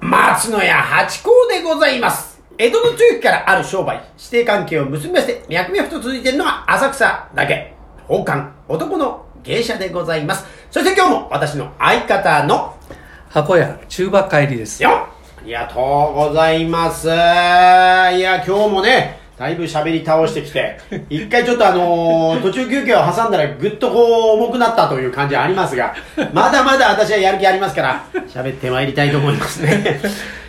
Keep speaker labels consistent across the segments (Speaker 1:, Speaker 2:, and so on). Speaker 1: 松野屋八甲でございます。江戸の中期からある商売、指定関係を結びまして、脈々と続いているのは浅草だけ、宝冠、男の芸者でございます。そして今日も私の相方の、
Speaker 2: 箱屋中馬帰りです
Speaker 1: よありがとうございます。いや、今日もね、だいぶ喋り倒してきて、一回ちょっとあのー途中休憩を挟んだらぐっとこう重くなったという感じはありますが、まだまだ私はやる気ありますから、喋ってまいりたいと思いますね。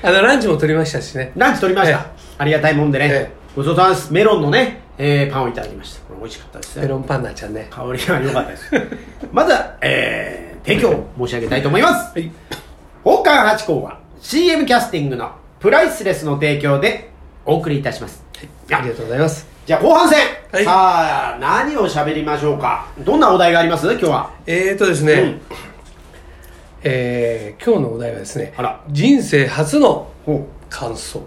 Speaker 2: あのランチも取りましたしね
Speaker 1: ランチ取りました。
Speaker 2: え
Speaker 1: ありがたいもんでね。
Speaker 2: ええ
Speaker 1: ごちそうさまです。メロンのね、えーパンをいただきました。これ美味しかったです
Speaker 2: メ
Speaker 1: ね。
Speaker 2: ロンパンナちゃんね
Speaker 1: 香りが良かったです。 まずは、えー、提供を申し上げたいと思います。
Speaker 2: はい
Speaker 1: 宝冠八甲は CM キャスティングのプライスレスの提供でお送りいたします。
Speaker 2: ありがとうございます
Speaker 1: じゃあ後半戦、
Speaker 2: はい
Speaker 1: さあ何を喋りましょうかどんなお題があります今日は
Speaker 2: えーとですね、
Speaker 1: うん
Speaker 2: えー今日のお題はですね
Speaker 1: あら
Speaker 2: 人生初の
Speaker 1: ほう
Speaker 2: 感想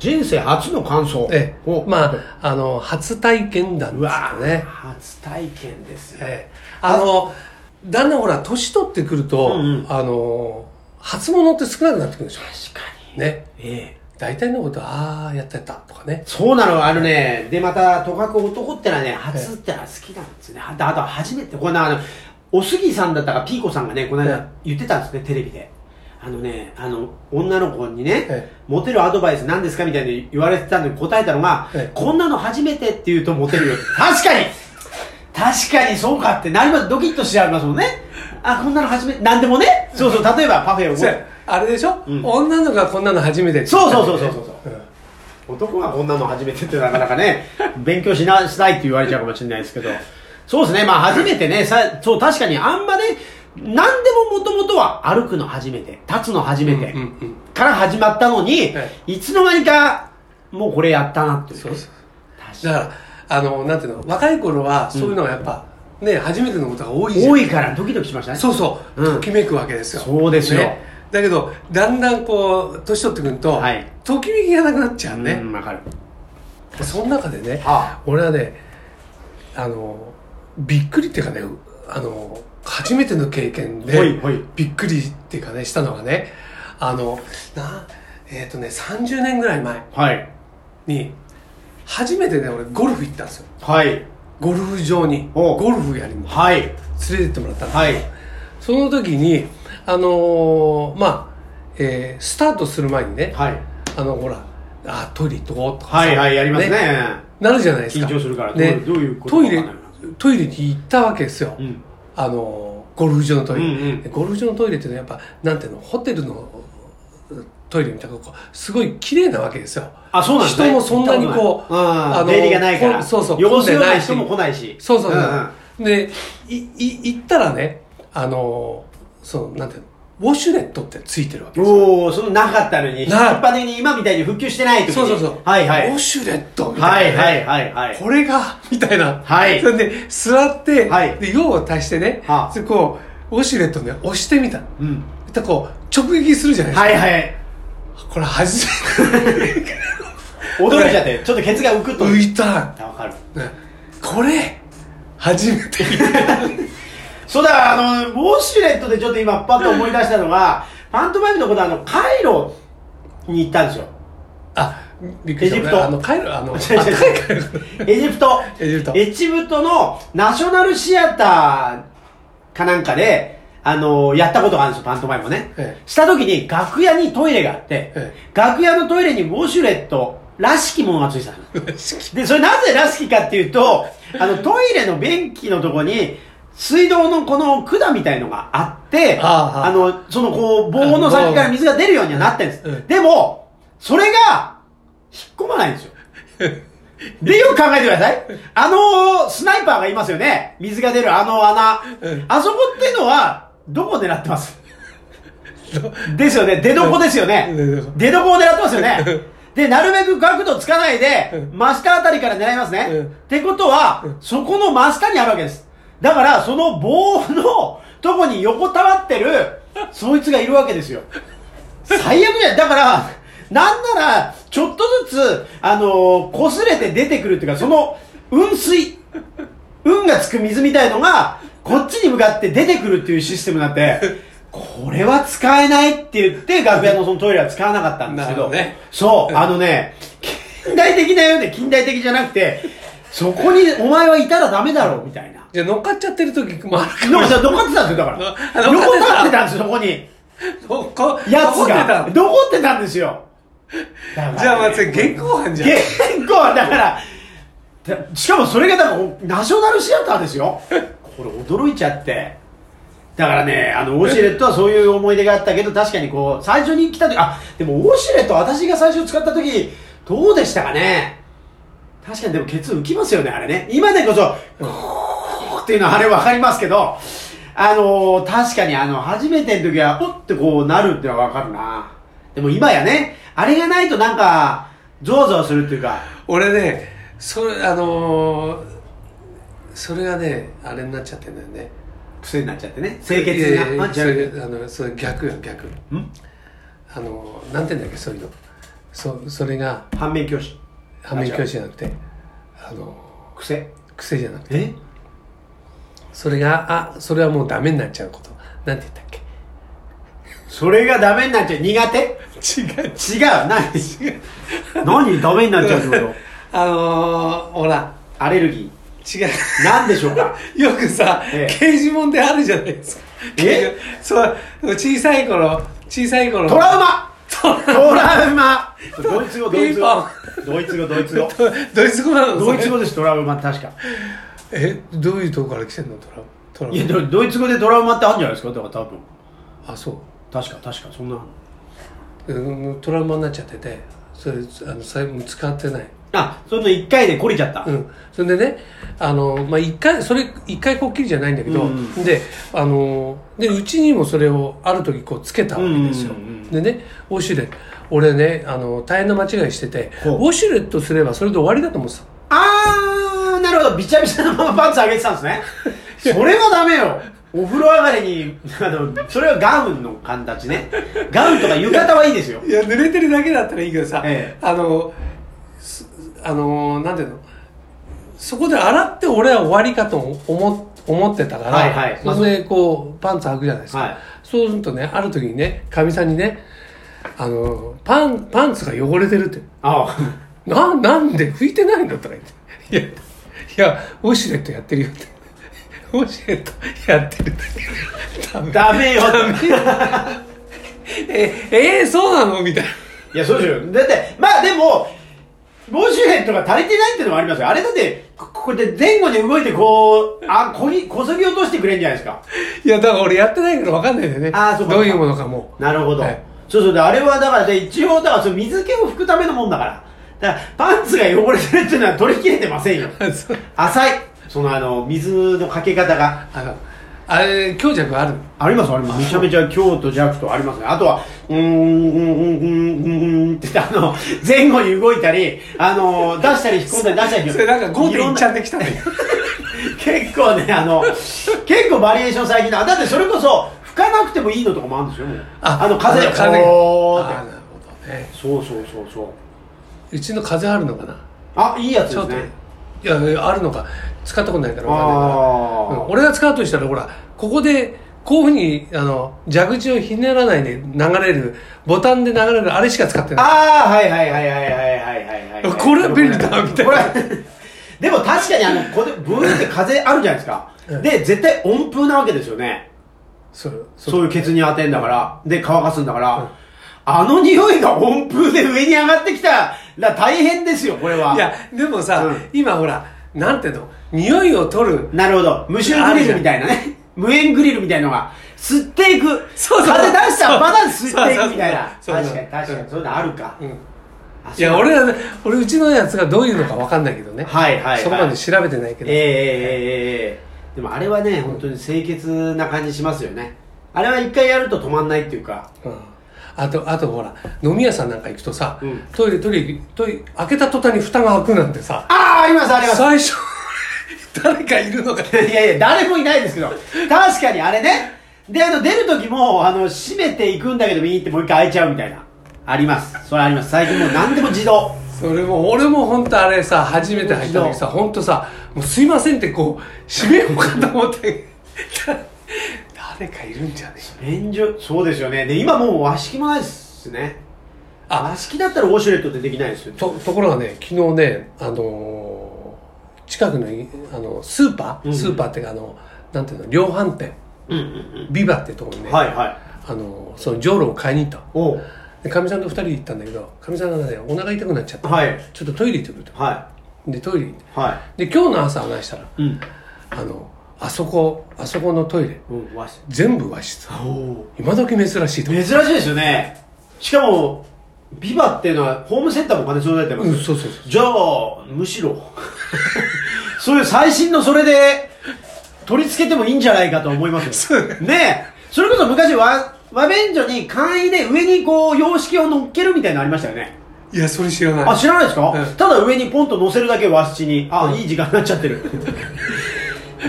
Speaker 1: 人生初の感想
Speaker 2: ええ
Speaker 1: ほう
Speaker 2: まああの初体験談
Speaker 1: う
Speaker 2: です
Speaker 1: わ
Speaker 2: か
Speaker 1: ー
Speaker 2: ね
Speaker 1: 初体験ですよ、
Speaker 2: ええあのだんだんほら年取ってくると、
Speaker 1: うんうん
Speaker 2: あの初物って少なくなってくるでしょ
Speaker 1: 確かに
Speaker 2: ね
Speaker 1: ええ
Speaker 2: 大体のことああやってたとかね
Speaker 1: そうなの、あのね、で、また、とかく男ってのはね、初ってのは好きなんですよね。あと、あと初めて、これな、あの、おすぎさんだったか、ピーコさんがね、この
Speaker 2: え
Speaker 1: 間言ってたんですね、テレビで。あのね、あの、女の子にね、
Speaker 2: え
Speaker 1: モテるアドバイス何ですかみたいに言われてたのに答えたのが、
Speaker 2: ええ
Speaker 1: こんなの初めてって言うとモテるよ。確かに確かにそうかってなります。ドキッとしちゃいますもんね。あ、こんなの初めて、なんでもね。そうそう、例えばパフェを
Speaker 2: それあれでしょ、
Speaker 1: うん
Speaker 2: 女の子がこんなの初めてって言
Speaker 1: そう
Speaker 2: った
Speaker 1: そう
Speaker 2: の
Speaker 1: そう
Speaker 2: ね
Speaker 1: そうそうそう。男がこんなの初めてってなかなかね、 勉強しな、したいって言われちゃうかもしれないですけど。そうですね、まあ初めてね、さ、そう確かにあんまね、何でももともとは歩くの初めて、立つの初めて
Speaker 2: うんうんうん
Speaker 1: から始まったのに、
Speaker 2: え
Speaker 1: いつの間にか、もうこれやったなっていうね、
Speaker 2: そうそう
Speaker 1: 確か
Speaker 2: だからあのなんていうの若い頃はそういうのがやっぱ、ね初めてのことが多いじゃん
Speaker 1: 多いからドキドキしましたね。
Speaker 2: そうそう、
Speaker 1: うん
Speaker 2: ときめくわけですよ
Speaker 1: そうですよ
Speaker 2: だけどだんだんこう年取ってくると、
Speaker 1: はい
Speaker 2: ときめきがなくなっちゃう
Speaker 1: ね。
Speaker 2: ね
Speaker 1: う、ん、わかる。
Speaker 2: その中でね、
Speaker 1: あ
Speaker 2: 俺はねあのびっくりっていうかねあの初めての経験で、
Speaker 1: はいはい
Speaker 2: びっくりっていうかねしたのがねあのなえっ、とね30年ぐらい前
Speaker 1: はい。
Speaker 2: に初めてね俺ゴルフ行ったんですよ
Speaker 1: はい。
Speaker 2: ゴルフ場に
Speaker 1: おう
Speaker 2: ゴルフやりに
Speaker 1: はい。
Speaker 2: 連れてってもらったんですよ、
Speaker 1: はい。
Speaker 2: その時にあのーまあ、えースタートする前にね
Speaker 1: はい。
Speaker 2: あのほらあトイレ行っとこうとかさ
Speaker 1: はい、はい、やりますね。
Speaker 2: なるじゃないですか
Speaker 1: 緊張するから
Speaker 2: で
Speaker 1: どうどういうことか
Speaker 2: ト
Speaker 1: わかん
Speaker 2: イ
Speaker 1: な
Speaker 2: レ
Speaker 1: いな
Speaker 2: トイレに行ったわけですよ、
Speaker 1: うん。
Speaker 2: あのーゴルフ場のトイレ、
Speaker 1: うんうん
Speaker 2: でゴルフ場のトイレっていうのはやっぱなんていうのホテルのトイレみたいなこうすごい綺麗なわけですよ
Speaker 1: あ、そうなんですね
Speaker 2: 人もそんなにこう
Speaker 1: 行った
Speaker 2: あ
Speaker 1: ことないうん
Speaker 2: の
Speaker 1: 出入りがないから。
Speaker 2: こそうそう
Speaker 1: 汚
Speaker 2: 混ん
Speaker 1: せ
Speaker 2: で
Speaker 1: な
Speaker 2: ないいし
Speaker 1: 人も来ないし。
Speaker 2: そうそうそう、
Speaker 1: んん
Speaker 2: でいい行ったらねあのーそのなんていうのウォシュレットってついてるわけですよ
Speaker 1: おお、そのなかったのに、一
Speaker 2: ない
Speaker 1: 般的に今みたいに復旧してないってこ
Speaker 2: そう
Speaker 1: と
Speaker 2: そうそう。
Speaker 1: はいは
Speaker 2: ウォ
Speaker 1: い。
Speaker 2: シュレットみ
Speaker 1: は
Speaker 2: たい
Speaker 1: い
Speaker 2: な。
Speaker 1: はいはいはい。
Speaker 2: これが、みたいな。
Speaker 1: はい
Speaker 2: それで、座って、
Speaker 1: はい
Speaker 2: で、用を足してね、
Speaker 1: はあ
Speaker 2: でこう、ウォシュレットね、押してみた。
Speaker 1: うん。
Speaker 2: で、こう、直撃するじゃないですか。
Speaker 1: はいはい。
Speaker 2: これ初めて。
Speaker 1: 驚いちゃって、ちょっとケツが浮くと。
Speaker 2: 浮いた。
Speaker 1: あわかる。
Speaker 2: ねこれ、初めて。
Speaker 1: そうだ、あの、ウォシュレットでちょっと今、パッと思い出したのが、パントマイムのことあの、カイロに行ったんですよ。
Speaker 2: あ、びっくりした。
Speaker 1: エジプト
Speaker 2: あの、帰る、 あの、あっ
Speaker 1: 違う違う違う
Speaker 2: たいから
Speaker 1: エジプト。
Speaker 2: エジプト
Speaker 1: エジプトのナショナルシアターかなんかで、あのやったことがあるんですよ、パントマイムをね。
Speaker 2: ええ
Speaker 1: した時に楽屋にトイレがあって、
Speaker 2: ええ
Speaker 1: 楽屋のトイレにウォシュレットらしきものがついてたの。で、それなぜらしきかっていうと、あの、トイレの便器のとこに、水道のこの管みたいのがあって、
Speaker 2: ああ
Speaker 1: あの、そのこう、棒の先から水が出るようにはなってるんです。
Speaker 2: うん
Speaker 1: でも、それが、引っ込まないんです よ。で、よく考えてください。あのースナイパーがいますよね。水が出るあの穴。
Speaker 2: うん
Speaker 1: あそこっていうのは、どこを狙ってますですよね。出どこですよね
Speaker 2: うん。
Speaker 1: 出どこを狙ってますよね。で、なるべく角度つかないで
Speaker 2: う、ん
Speaker 1: 真下あたりから狙いますね。
Speaker 2: うん
Speaker 1: ってことは、そこの真下にあるわけです。だから、その棒のとこに横たわってる、そいつがいるわけですよ。最悪じゃん。だから、なんなら、ちょっとずつ、あのー擦れて出てくるっていうか、その、雲水、運がつく水みたいのが、こっちに向かって出てくるっていうシステムになって、これは使えないって言って、楽屋のそのトイレは使わなかったんですけど、
Speaker 2: なるほどね
Speaker 1: そうう、
Speaker 2: ん
Speaker 1: あのね、近代的だよね、近代的じゃなくて、そこにお前はいたらダメだろう、みたいな。
Speaker 2: じゃあ乗っかっちゃってる時もあ るか
Speaker 1: なん
Speaker 2: も
Speaker 1: か
Speaker 2: しれ
Speaker 1: さ、残ってたんですよ、だから。
Speaker 2: あ残ってた
Speaker 1: 残ってたんですよ、そこに。
Speaker 2: ないこ
Speaker 1: やつ
Speaker 2: 残ってた
Speaker 1: が。
Speaker 2: んだ
Speaker 1: 残ってたんですよ。じゃ
Speaker 2: じゃあまあそれ現行犯じゃん
Speaker 1: 結構だからだしかもそれがだからナショナルシアターですよこれ驚いちゃってだからねあのウォシュレットはそういう思い出があったけど確かにこう最初に来た時あでもウォシュレット私が最初使った時どうでしたかね確かにでもケツ浮きますよねあれね今でこそっていうのはあれ分かりますけどあのー確かにあの初めての時はおってこうなるってのは分かるなでも今やねあれがないとなんかゾワゾワするっていうか
Speaker 2: 俺ねそれあのーそれがねあれになっちゃってんだよね
Speaker 1: 癖になっちゃってね清潔
Speaker 2: いやい
Speaker 1: な
Speaker 2: や
Speaker 1: あ
Speaker 2: いや
Speaker 1: 違
Speaker 2: そうれあのそれ逆よ逆
Speaker 1: ん
Speaker 2: あのーなんて言うんだっけそういうのそそれが
Speaker 1: 反面教師
Speaker 2: 反面教師じゃなくてあの
Speaker 1: 癖
Speaker 2: ー癖じゃなくて
Speaker 1: え
Speaker 2: それがあそれはもうダメになっちゃうことなんて言ったっけ
Speaker 1: それがダメになっちゃう苦手
Speaker 2: 違う
Speaker 1: 違う何何ダメになっちゃうってこと
Speaker 2: あのー、ほら
Speaker 1: アレルギ
Speaker 2: 違う
Speaker 1: ーなんでしょうか
Speaker 2: よくさ、
Speaker 1: ええ
Speaker 2: 刑事問であるじゃないですか
Speaker 1: え
Speaker 2: そう小さい頃小さい頃
Speaker 1: トラウマ
Speaker 2: トラ
Speaker 1: トラウマドイツ語ドイツ語
Speaker 2: ピ
Speaker 1: ドイツ語ドイツ語
Speaker 2: ドイツ語なの
Speaker 1: ドイツ語
Speaker 2: それ
Speaker 1: ですトラウマ確か
Speaker 2: えどういうとこから来てんのトラトラ
Speaker 1: いやドドイツ語でトラウマってあるんじゃないですかだから多分
Speaker 2: あそ
Speaker 1: 確か確かそんな
Speaker 2: ううんトラウマになっちゃっててそれあの最後使ってない
Speaker 1: あその一回で懲りちゃった、
Speaker 2: うん、それでねあの、まあ、一回それ一回こっきりじゃないんだけど、
Speaker 1: うん
Speaker 2: であのでうちにもそれをある時こうつけたわけですよ、
Speaker 1: うんうんうん
Speaker 2: でねウォシュレット俺ねあの大変な間違いしててウ
Speaker 1: ほう
Speaker 2: ォシュレットすればそれで終わりだと思ってた
Speaker 1: あーなるほどびちゃびちゃのままパンツ上げてたんですねそれはダメよお風呂上がりにあのそれはガウンの形ねガウンとか浴衣はいいですよ
Speaker 2: いや濡れてるだけだったらいいけどさ、
Speaker 1: え
Speaker 2: あのすあのなんていうのそこで洗って俺は終わりかと思思ってたから、
Speaker 1: はいはいまあ
Speaker 2: それでこうパンツ履くじゃないですか、
Speaker 1: はい
Speaker 2: そうするとねある時にねかみさんにねあのパンパンツが汚れてるって
Speaker 1: ああ
Speaker 2: ななんで拭いてないんだったら言っていやいやウォシュレットやってるよってウォシュレットやってるってダメ
Speaker 1: ダメよ
Speaker 2: ええー、そうなのみたいない
Speaker 1: やそうですよだってまあでもウォシュレットが足りてないっていうのもありますよあれだってここで前後に動いてこうあこぎこそぎ落としてくれるんじゃないですか
Speaker 2: いや、だから俺やってないから分かんないんだよね。
Speaker 1: あーそうか
Speaker 2: どういうものかも
Speaker 1: なるほど、
Speaker 2: はい
Speaker 1: そうそうであれはだからで一応だからその水気を拭くためのもんだからだからパンツが汚れてるっていうのは取り切れてませんよ
Speaker 2: う。 そう
Speaker 1: 浅いそのあの水のかけ方が
Speaker 2: あの、あれ、強弱ある
Speaker 1: ありますありますめちゃめちゃ強と弱とありますねあとはうーんうーんうーんうーんうーんってあの前後に動いたりあの出したり引っ込んだり出したり引っ込
Speaker 2: それなんか
Speaker 1: いろ
Speaker 2: 5.1ちゃ
Speaker 1: な
Speaker 2: んできたね。
Speaker 1: 結構ねあの結構バリエーション最近だだってそれこそ吹かなくてもいいのとかもあるんですよもうあの風
Speaker 2: あ風が。
Speaker 1: こう
Speaker 2: あーなるほどね。
Speaker 1: そうそうそうそう
Speaker 2: うちの風あるのかな
Speaker 1: あいいやつ
Speaker 2: ち
Speaker 1: で
Speaker 2: ょ
Speaker 1: す
Speaker 2: っと。
Speaker 1: ね
Speaker 2: いやいや、あるのか。使ったことないから分かんないから。うん
Speaker 1: あ
Speaker 2: 俺が使うとしたら、ほら、ここで、こういうふうに、あの、蛇口をひねらないで流れる、ボタンで流れる、あれしか使って
Speaker 1: あ
Speaker 2: ない。
Speaker 1: ああはいはいはいはいはいはいはいはい
Speaker 2: これは便利だみたい
Speaker 1: こ
Speaker 2: な
Speaker 1: れはでも確かにあのこれブーンって風あるじゃないですか
Speaker 2: うん
Speaker 1: で絶対温風なわけですよね
Speaker 2: そう、
Speaker 1: そういうケツに当てんだからで乾かすんだから、
Speaker 2: うん
Speaker 1: あの匂いが温風で上に上がってきたら大変ですよこれはい
Speaker 2: や、でもさ、
Speaker 1: うん
Speaker 2: 今ほら、なんていうの、匂いを取る、
Speaker 1: なるほど無臭グリルみたいなね無縁グリルみたいのが吸っていく
Speaker 2: そうそう
Speaker 1: 風出したらまだ吸っていくみたいな
Speaker 2: そうそう
Speaker 1: 確
Speaker 2: そうそう
Speaker 1: かに確かにそういうのあるか、
Speaker 2: うん
Speaker 1: あ
Speaker 2: いや、
Speaker 1: そう
Speaker 2: 俺ら、俺、うちのやつがどういうのかわかんないけどね。
Speaker 1: はいはいはい
Speaker 2: そこまで調べてないけど。
Speaker 1: ええええええでもあれはね本当に清潔な感じしますよねあれは一回やると止まんないっていうか
Speaker 2: うんあと、あとほら、飲み屋さんなんか行くとさ、
Speaker 1: うん
Speaker 2: トイレ、トイレ、トイレ、開けた途端に蓋が開くなんてさ、
Speaker 1: ああありますあります
Speaker 2: 最初、 誰かいるのか。
Speaker 1: いやいや誰もいないですけど確かにあれねであの出る時もあの閉めていくんだけど見に行ってもう一回開いちゃうみたいなありますそれあります最近もう何でも自動
Speaker 2: それも、俺も本当あれさ、初めて入った時さ、本当さ、もうすいませんってこう、閉めようかと思って、だ 誰かいるんじゃね
Speaker 1: 便所そうですよねで今もう和式もないですね
Speaker 2: あ
Speaker 1: 和式だったらウォシュレットってできないですよね
Speaker 2: とところがね昨日ねあのー近くのいあのスーパー、
Speaker 1: うん
Speaker 2: スーパーっていうかあのなんていうの量販店
Speaker 1: うんうん
Speaker 2: ビバってところに
Speaker 1: う
Speaker 2: ね、
Speaker 1: んはいはい
Speaker 2: あのーそのジョウロを買いに行ったの
Speaker 1: おう
Speaker 2: でかみさんと二人で行ったんだけどかみさんがねお腹痛くなっちゃった、
Speaker 1: はい
Speaker 2: ちょっとトイレ行ってくると
Speaker 1: は
Speaker 2: でトイレ行って
Speaker 1: いは
Speaker 2: で今日の朝話したら
Speaker 1: いうん
Speaker 2: あのあそこあそこのトイレ
Speaker 1: うん和式
Speaker 2: 全部和室
Speaker 1: おお
Speaker 2: 今時珍しいと思
Speaker 1: 珍しいですよねしかもビバっていうのはホームセンターも金揃えてま
Speaker 2: う、
Speaker 1: す、
Speaker 2: うん、そうそうそう
Speaker 1: じゃあむしろ そういう最新のそれで取り付けてもいいんじゃないかと思いますよ
Speaker 2: そうね
Speaker 1: ねえそれこそ昔和和便所に簡易で上にこう様式を乗っけるみたいなのありましたよね
Speaker 2: いやそれ知らない
Speaker 1: あ知らないですか、
Speaker 2: うん
Speaker 1: ただ上にポンと乗せるだけ和七にあ、
Speaker 2: うん
Speaker 1: いい時間になっちゃって る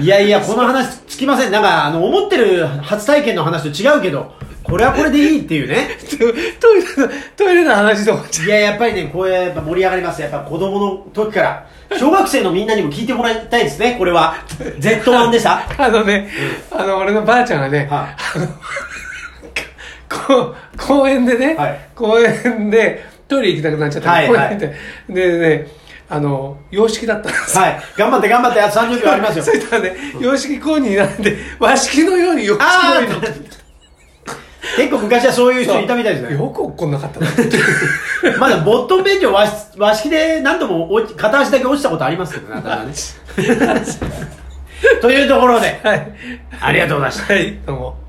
Speaker 1: いやいやこの話つきませんなんかあの思ってる初体験の話と違うけどこれはこれでいいっていうね
Speaker 2: トイレのトイレの話で終わっちゃう
Speaker 1: いややっぱりねこれやっぱ盛り上がりますやっぱ子供の時から小学生のみんなにも聞いてもらいたいですねこれは Z1 で した
Speaker 2: あのね、あの、俺のばあちゃんがね、
Speaker 1: は
Speaker 2: あの、こ公園でね、
Speaker 1: はい
Speaker 2: 公園でトイレ行きたくなっちゃった、
Speaker 1: はい
Speaker 2: 公園で。でね、あの、洋式だったんですよ。
Speaker 1: はい頑張って頑張ってあと30秒あり ますよ
Speaker 2: そしたらね、洋式公認なんで、和式のように洋式
Speaker 1: あ
Speaker 2: 公
Speaker 1: あ
Speaker 2: 認
Speaker 1: 結構昔はそういう人いたみたいですね
Speaker 2: よく怒んなかったな。
Speaker 1: まだボットン便所和室和式で何度も落ち片足だけ落ちたことありますけどね頭ねというところで
Speaker 2: はい。
Speaker 1: ありがとうございました
Speaker 2: はい、どうも。